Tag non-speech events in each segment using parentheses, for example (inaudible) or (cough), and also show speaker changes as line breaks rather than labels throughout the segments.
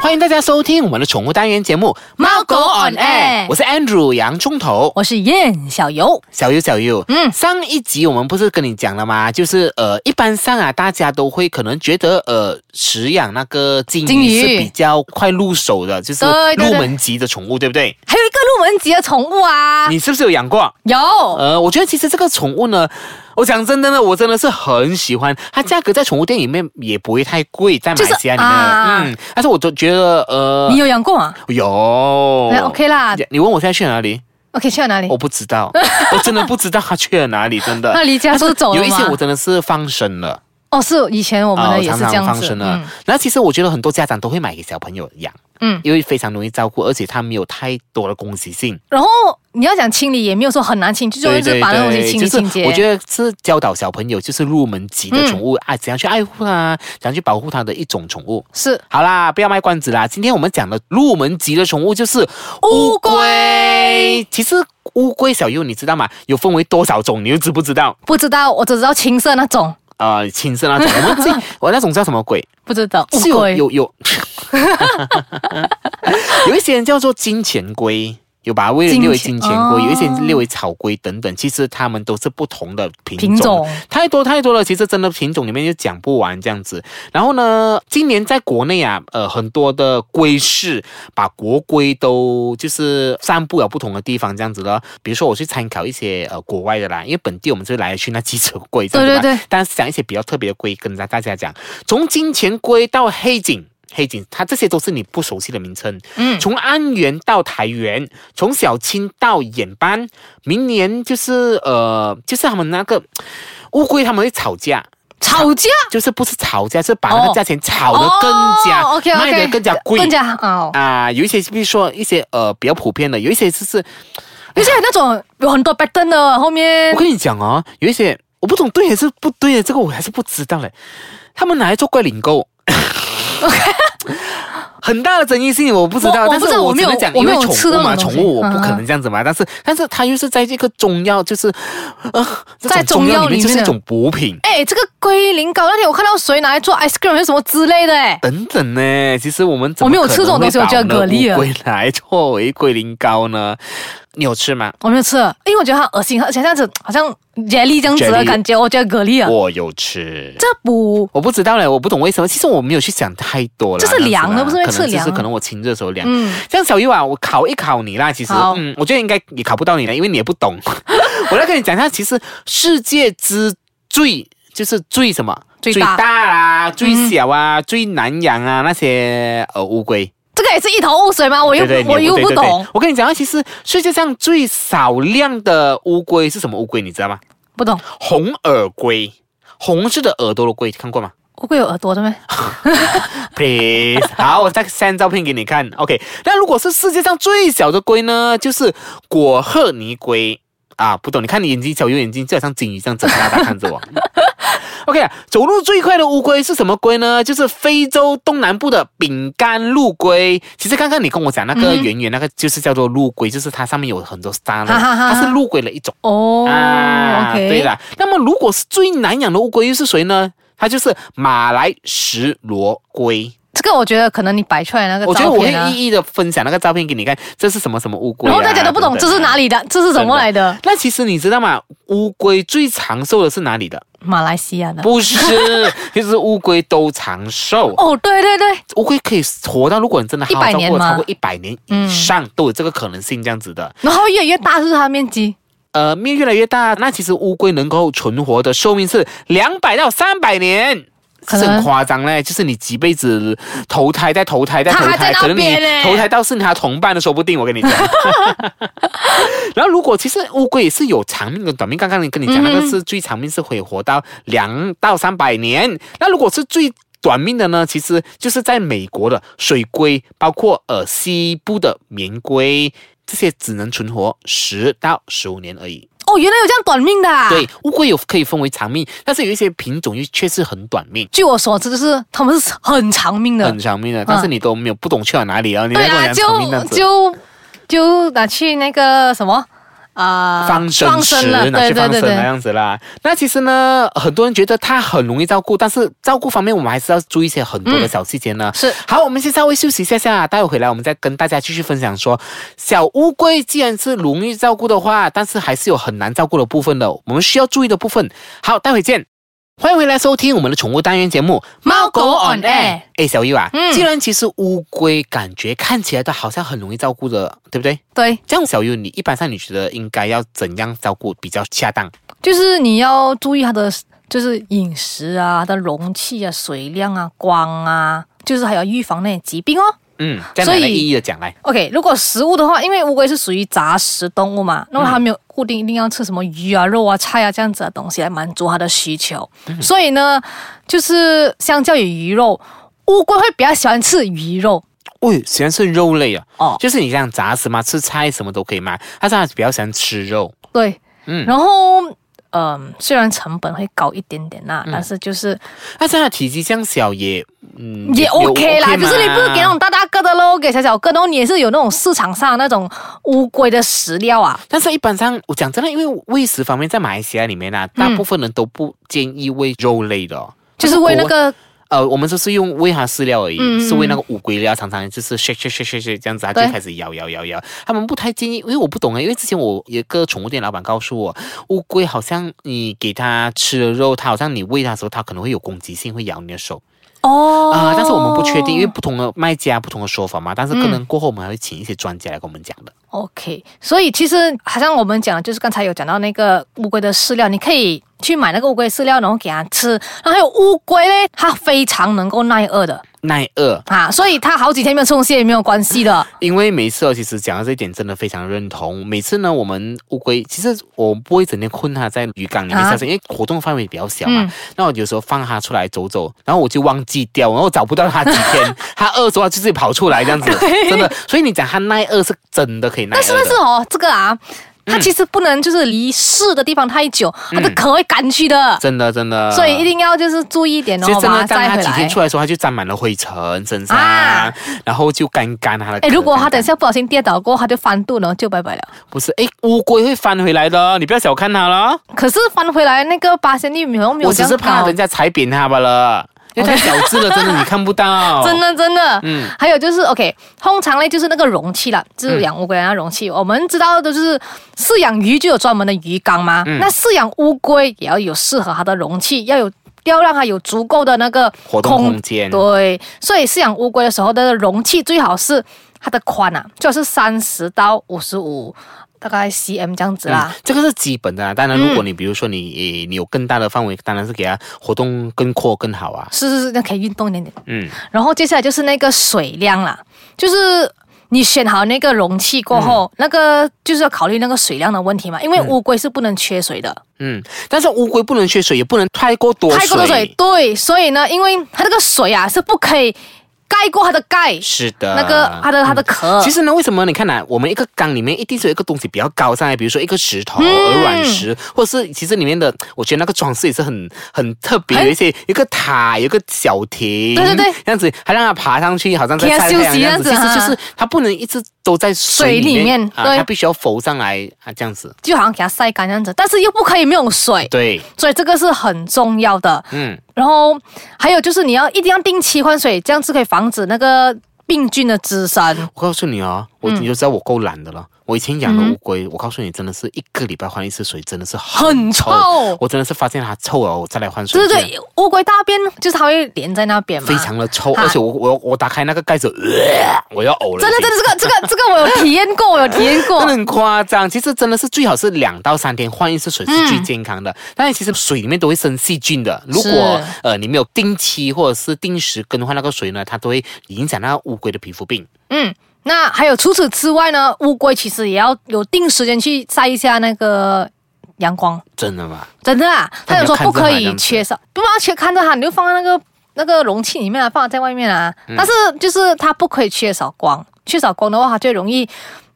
欢迎大家收听我们的宠物单元节目《
猫狗 on air
我是 Andrew 洋葱头。
我是燕小游，
小优，小优，
嗯
上一集我们不是跟你讲了吗？就是呃，一般上啊，大家都会可能觉得呃，饲养那个金
金
鱼
鱼
是比较快入手的，就是
对对
入
对
门级的宠物，对不对？
还有一个入门级的宠物啊，
你是不是有养过？
有
呃，我觉得其实这个宠物呢，我讲真的呢，我真的是很喜欢它，价格在宠物店里面也不会太贵，在马来西亚里面，
就是啊
嗯，但是我都觉得呃，哦
你有养过吗？
有
哎，OK 啦
你你问我现在去哪里？
，OK 去了哪里
我？不知道， (laughs) 我真的不知道它去了哪里，真的。
那离啊家出走
有
了
一些我
吗？
真的是放生了，
哦，是以前我们
啊
的
我
也
常
是这
常
样
放
子，
生啊了。然后其实我觉得很多家长都会买给小朋友养，
嗯嗯，
因为非常容易照顾，而且它没有太多的攻击性。
然后你要讲清理也没有说很难清，就是一直把那东西清理清
就
洁。嗯
是我觉得是教导小朋友就是入门级的宠物、啊，怎样去爱护它，怎样去保护它的一种宠物。
是
好啦，不要卖关子啦。今天我们讲的入门级的宠物就是
乌龟
龟。其实乌龟小优你知道吗？有分为多少种？你又知不知道？
不知道，我只知道青色那种，
呃，青色那种，我们
(laughs)
自己我那种叫什么鬼？
不知道
是
乌
有
龟
有
(laughs)
有，有一些人叫做金钱龟。有把它为
金
列为
钱
金钱龟，有一些
哦
列为草龟等等，其实它们都是不同的品种，
品种
太多太多了。其实真的品种里面就讲不完这样子。然后呢，今年在国内啊，呃，很多的龟市把国龟都就是散布了啊不同的地方这样子了。比如说我去参考一些呃国外的啦，因为本地我们就来来去那几种龟，这样子嘛
对对对。
但是讲一些比较特别的龟，跟大大家讲，从金钱龟到黑颈。黑颈，它这些都是你不熟悉的名称。
嗯
从安源到台源，从小青到眼斑，明年就是呃，就是他们那个乌龟他们会吵架，
吵架
就是不是吵架，是把那个
哦
价钱炒得更加，
哦，OK，OK
卖得更加贵，
更加哦，
啊、有一些比如说一些呃比较普遍的，有一些就是呃
而且那种有很多 pattern 的后面
我跟你讲哦，有一些我不懂对还是不对的，这个我还是不知道嘞。他们拿来做怪领购。 (laughs) 很大的争议性，我不知道，但
我我不知
是
道我
只
没有
能讲，
我
因
没
为
有
宠
吃那
物嘛，
种东
宠
西
物我不
嗯
可能这样子嘛。但是，但是它又是在这个中药，就是，呃，这种
在中药
里面就是
里
一
面
种补品
哎，这个龟苓膏那天我看到谁拿来做 ice cream 还是什么之类的，哎，
等等呢。其实我们怎么
我没有
可能
吃这种东西
会
我觉得
把我们的
蛤蜊啊
乌龟来作为龟苓膏呢？你有吃吗？
我没有吃，因为我觉得它恶心，而且这样子好像 jelly 这样子的
Jelly
感觉，我觉得蛤蜊啊，
我有吃。
这补
我不知道嘞，我不懂为什么。其实我没有去想太多了，
这是凉的
这样子啦可
不是
能
会吃
只是
凉
可能我清热的时候凉。
嗯
这样小玉啊，我考一考你啦。其实
好，
嗯，我觉得应该也考不到你了，因为你也不
(laughs)
懂。我来跟你讲一下，其实世界之最就是最什么
最大嗯
啦、最小啊、最难养啊那些呃乌龟。
这个也是一头雾水吗？我又
对对
不我
你也
又不
对对对
懂，
我跟你讲啊，其实世界上最少量的乌龟是什么乌龟？你知道吗？
不懂。
红耳龟，红色的耳朵的龟，看过吗？
乌龟有耳朵的咩？
please。好， (laughs) 我再 send 照片给你看。OK，那如果是世界上最小的龟呢，就是果褐泥龟啊，不懂？你看你眼睛小，有眼睛就好像金鱼这样睁大大看着我。OK，啊走路最快的乌龟是什么龟呢？就是非洲东南部的饼干陆龟。其实刚刚你跟我讲那个
嗯哼
圆圆那个就是叫做陆龟，就是它上面有很多沙的，
哈哈哈
它
哈
是陆龟的一种。
哦
啊，
，OK，
对，了，那么如果是最难养的乌龟又是谁呢？它就是马来石螺龟。
这个我觉得可能你摆出来那个
我觉得
照
我
片啊
会，一一的分享那个照片给你看，这是什么什么乌龟、啊，
然后大家都不懂这是哪
里。
里的，这是怎么来的？
那其实你知道吗？乌龟最长寿的是哪里的？
马来西亚的。
(laughs) 不是，其实乌龟都长 (laughs) 寿。
哦，对对对，
乌龟可以活到，如果你真的好好
100
照
年
顾，
吗
超过一百年嗯以上、都有这个可能性，这样子的。
然后越来越大，是不是它的面积？
呃，面越来越大，那其实乌龟能够存活的寿命是两百到三百年。
可
是
能
很夸张嘞，就是你几辈子投胎再投胎再投
它还
胎，
在那
可能你
边嘞
投胎到是他同伴的，说不定我跟你讲。 (laughs) 然后如果其实乌龟也是有长命跟短命，刚刚你跟你讲、
嗯
那个是最长命是可以活到两到三百年，那如果是最短命的呢，其实就是在美国的水龟，包括呃西部的棉龟。这些只能存活十到十五年而已。
哦，原来有这样短命的。啊
对，，乌龟有可以分为长命，但是有一些品种又确实很短命。
据我所知，就是它们是很长命的
很。长命的，但是你都没有不懂去了哪里啊？你
嗯对
来跟我
啊，
讲长命这
就
样子，
就就拿去那个什么啊、
放生
放
池
生了，
拿
对
去
对
放
对
生哎那
对，
样子啦。那其实呢，很多人觉得它很容易照顾，但是照顾方面我们还是要注意一些很多的小细节呢。
是
好，我们先稍微休息一下下，待会回来我们再跟大家继续分享说，小乌龟既然是容易照顾的话，但是还是有很难照顾的部分的，我们需要注意的部分。好，待会见。欢迎回来收听我们的宠物单元节目《
猫狗 on air
哎，小玉啊，
嗯
既然其实乌龟感觉看起来都好像很容易照顾的，对不对？
对，
这样，小优，你一般上你觉得应该要怎样照顾比较恰当？
就是你要注意它的就是饮食啊、它的容器啊、水量啊、光啊，就是还要预防那些疾病哦。
嗯，这样
所
来
以
来一一的讲来。
OK，如果食物的话，因为乌龟是属于杂食动物
嗯
嘛，那么它没有固定一定要吃什么鱼啊、肉啊、菜啊这样子的东西来满足它的需求，
嗯
所以呢，就是相较于鱼肉，乌龟会比较喜欢吃鱼肉
喂、哎喜欢吃肉类啊，
哦，
就是你这样杂食嘛，吃菜什么都可以嘛，但是他比较喜欢吃肉。
对，
嗯
然后嗯、虽然成本会高一点点啦，
嗯
但是就是
但是他体积这样小也，嗯，
也 OK 啦，
OK
可是你不是给那
嘛
种大大个的喽，给小小个的咯，然后你也是有那种市场上那种乌龟的食料啊，
但是一般上，我讲真的，因为喂食方面在马来西亚里面啊，大部分人都不建议喂肉类的哦、
就是喂那
但是国
个
呃，我们就是用喂它饲料而已，
嗯嗯
是喂那个乌龟料，常常就是 shake shake shake shake shake 这样子，它
对
就开始摇摇摇摇。他们不太建议，因为我不懂啊，因为之前我有个宠物店老板告诉我，乌龟好像你给它吃了肉，它好像你喂它的时候，它可能会有攻击性，会咬你的手
哦
啊、但是我们不确定，因为不同的卖家不同的说法嘛。但是可能过后我们还会请一些专家来跟我们讲
嗯
的。
OK，所以其实好像我们讲，就是刚才有讲到那个乌龟的饲料，你可以去买那个乌龟饲料，然后给它吃。然后还有乌龟嘞，它非常能够耐饿的
耐饿，
啊，所以它好几天没有吃东西也没有关系的。
因为每次哦，其实讲到这一点，真的非常认同。每次呢，我们乌龟其实我不会整天困它在鱼缸里面
啊
下水，因为活动范围比较小嘛。
嗯
那我有时候放它出来走走，然后我就忘记掉，然后找不到它几天，它饿的时候它就自己跑出来这
(laughs)
样子，真的。所以你讲它耐饿是真的可以耐
但
饿
是但是
的。
哦，这个啊，
嗯
它其实不能就是离市的地方太久，它的壳会赶去的，
真的真的，
所以一定要就是注意一点哦，
其实真
把
的，
它
当
带
它
回
几天
来
出。来的时候，它就沾满了灰尘身上，
啊
然后就干干它的壳。
哎，如果它
干干
等一下不小心跌倒过后，它就翻肚了，然后就拜拜了。
不是哎，乌龟会翻回来的，你不要小看它了。
可是翻回来那个八仙玉米好像没有
我
这
只
样啊
是怕
高
人家踩扁它罢了， (laughs) 因为太小只了，真的你看不 (laughs) 到。
真的真的，
嗯嗯
嗯，还有就是 OK，通常嘞就是那个容器啦，就是养乌龟啊的那容器，我们知道的就是饲养鱼就有专门的鱼缸嘛，
嗯
那饲养乌龟也要有适合它的容器，要有。要让它有足够的那个
活动空间
对，所以饲养乌龟的时候的容器最好是它的宽啊，最好是三十到五十五，大概 cm 这样子啦
嗯。这个是嗯基本的啦。当然，如果你比如说你你有更大的范围，当然是给它活动更阔更好啊。
是是是，那可以运动一点点。
嗯，
然后接下来就是那个水量啦，就是你选好那个容器过后，
嗯
那个就是要考虑那个水量的问题嘛，因为乌龟是不能缺水的，
嗯，但是乌龟不能缺水，也不能太过多水。
太过多水，对，所以呢，因为它那个水啊是不可以盖过它的盖，
是啊嗯的，
那个它的它的壳。
其实呢，为什么你看呐、我们一个缸里面一定是有一个东西比较高上来，比如说一个石
嗯
头、鹅卵石，或者是其实里面的，我觉得那个装饰也是很很特别，
很
有一些有一个塔，有一个小亭，
对对对，
这样子还让它爬上去，好像在
给它
晒太
休
阳
息
这样子，
这
其
样子
实就
哈
是它不能一直都在水
水里
里面，
面
啊，
对
它必须要浮上来啊，这样子，
就好像给它晒干这样子，但是又不可以没有水，
对，
所以这个是很重要的。
嗯，
然后还有就是你要一定要定期换水，这样子可以防止那个病菌的滋生。
我告诉你哦，我你就知道我够懒的了。我以前养
嗯
的乌龟，我告诉你，真的是一个礼拜换一次水，真的是很
很
臭。
臭
我真的是发现它臭了，我再来换水。
对对对，乌龟大便就是它会连在那边嘛，
非常的臭，
啊
而且我我我打开那个盖子，呃我要呕了。
真的，真的，这个这个这个我有体验过，我有体验过
(laughs) 真的。很夸张。其实真的是最好是两到三天换一次水是最健康的。但是其实水里面都会生细菌的，如果
嗯是
呃你没有定期或者是定时更换那个水呢，它都会影响那个乌龟的皮肤病。
嗯，那还有除此之外呢，乌龟其实也要有定时间去晒一下那个阳光，
真的吗？
真的啊。
那
他
你
有
要
说
看着
不
它
可
这
以
样子
缺少，不要缺看着它，你就放在那个那个容器里面啊，
嗯
放在外面啊。但是就是它不可以缺少光，缺少光的话，它就容易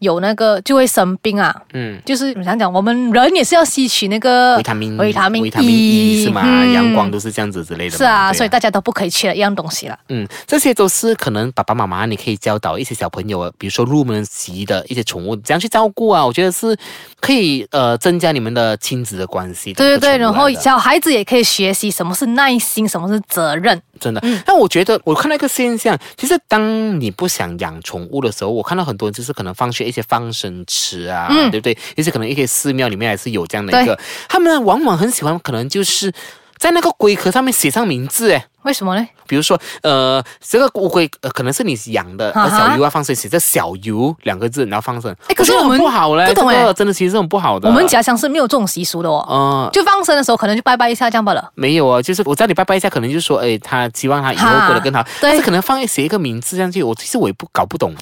有那个就会生病啊。
嗯，
就是我想讲，我们人也是要吸取那个
维他命
呃维他命
维他命 E 是吗？
嗯
阳光都是这样子之类的嘛。
是啊，
对
所以大家都不可以缺了一样东西了。
嗯，这些都是可能爸爸妈妈你可以教导一些小朋友，比如说入门级的一些宠物怎样去照顾啊，我觉得是可以呃增加你们的亲子的关系的
对
一个宠
对
物
对，
来的。
然后小孩子也可以学习什么是耐心，什么是责任。
真的，
嗯
但我觉得我看到一个现象，其实当你不想养宠物的时候，我看到很多人就是可能放学一些放生池啊，
嗯
对不对？一些可能一些寺庙里面还是有这样的一个，他们往往很喜欢，可能就是在那个龟壳上面写上名字，哎。
为什么呢？
比如说，呃，这个乌龟、呃、可能是你养的，
啊
而
哈
小鱼啊放生写着“小游”两个字，然后放生，
哎可是
我觉得
我们
很不好嘞，
不懂
这个
哎
真的其实是很不好的。
我们家乡是没有这种习俗的哦。
嗯，
就放生的时候，可能就拜拜一下这样罢了。
没有啊，就是我叫你拜拜一下，可能就是说，哎，他希望他以后过得更好
哈，对
但是可能放一写一个名字上去，我其实我也不搞不懂，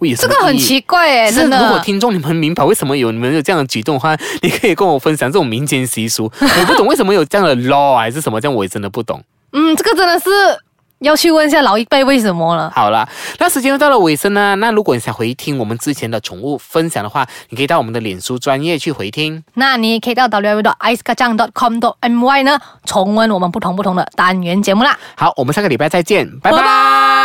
我也
这个很奇怪哎，
其实
真
如果
的。
听众你们明白为什么有你们有这样的举动的话，你可以跟我分享这种民间习俗。我不懂为什么有这样的 law 啊还是什么，这样我也真的不懂。
嗯，这个真的是要去问一下老一辈为什么了。
好了，那时间又到了尾声呢。那如果你想回听我们之前的宠物分享的话，你可以到我们的脸书专业去回听。
那你也可以到 w w i c e k a j a n g c o m m y 呢重温我们不同不同的单元节目啦。
好，我们下个礼拜再见，拜
拜
拜